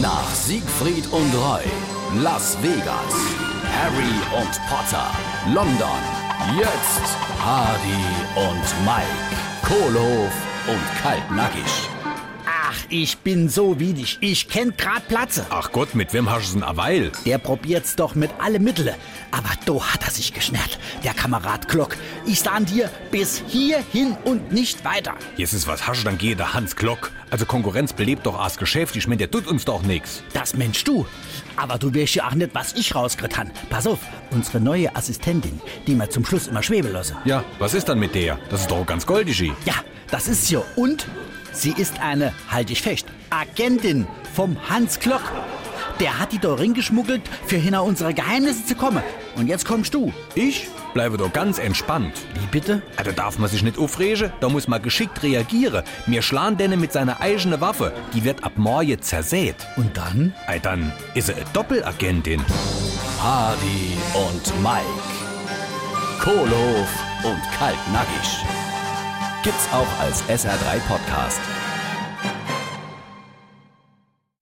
Nach Siegfried und Roy, Las Vegas, Harry und Potter, London, jetzt Hardy und Mike, Kohlehof und Kaltnackig. Ach, ich bin so widig. Ich kenn grad Platze. Ach Gott, mit wem hast du denn Weil? Der probiert's doch mit alle Mittel. Aber do hat er sich geschnärt, der Kamerad Glock. Ich sah an dir bis hierhin und nicht weiter. Jesus, was hast du dann geh der Hans Glock? Also Konkurrenz belebt doch as Geschäft, ich mein, der tut uns doch nix. Das Mensch du. Aber du wirst ja auch nicht, was ich rauskriegt han. Pass auf, unsere neue Assistentin, die mir zum Schluss immer schweben lasse. Ja, was ist dann mit der? Das ist doch ganz goldig. Ja, das ist sie. Und sie ist eine, halt ich fest, Agentin vom Hans Glock. Der hat die da geschmuggelt, für hinter unsere Geheimnisse zu kommen. Und jetzt kommst du. Ich bleibe doch ganz entspannt. Wie bitte? Ah, Da darf man sich nicht aufregen, da muss man geschickt reagieren. Mir schlagen denen mit seiner eigenen Waffe, die wird ab morgen zersät. Und dann? Ei, dann ist er eine Doppelagentin. Hardy und Mike, Kohlehof und Kaltnackig. Gibt's auch als SR3 Podcast.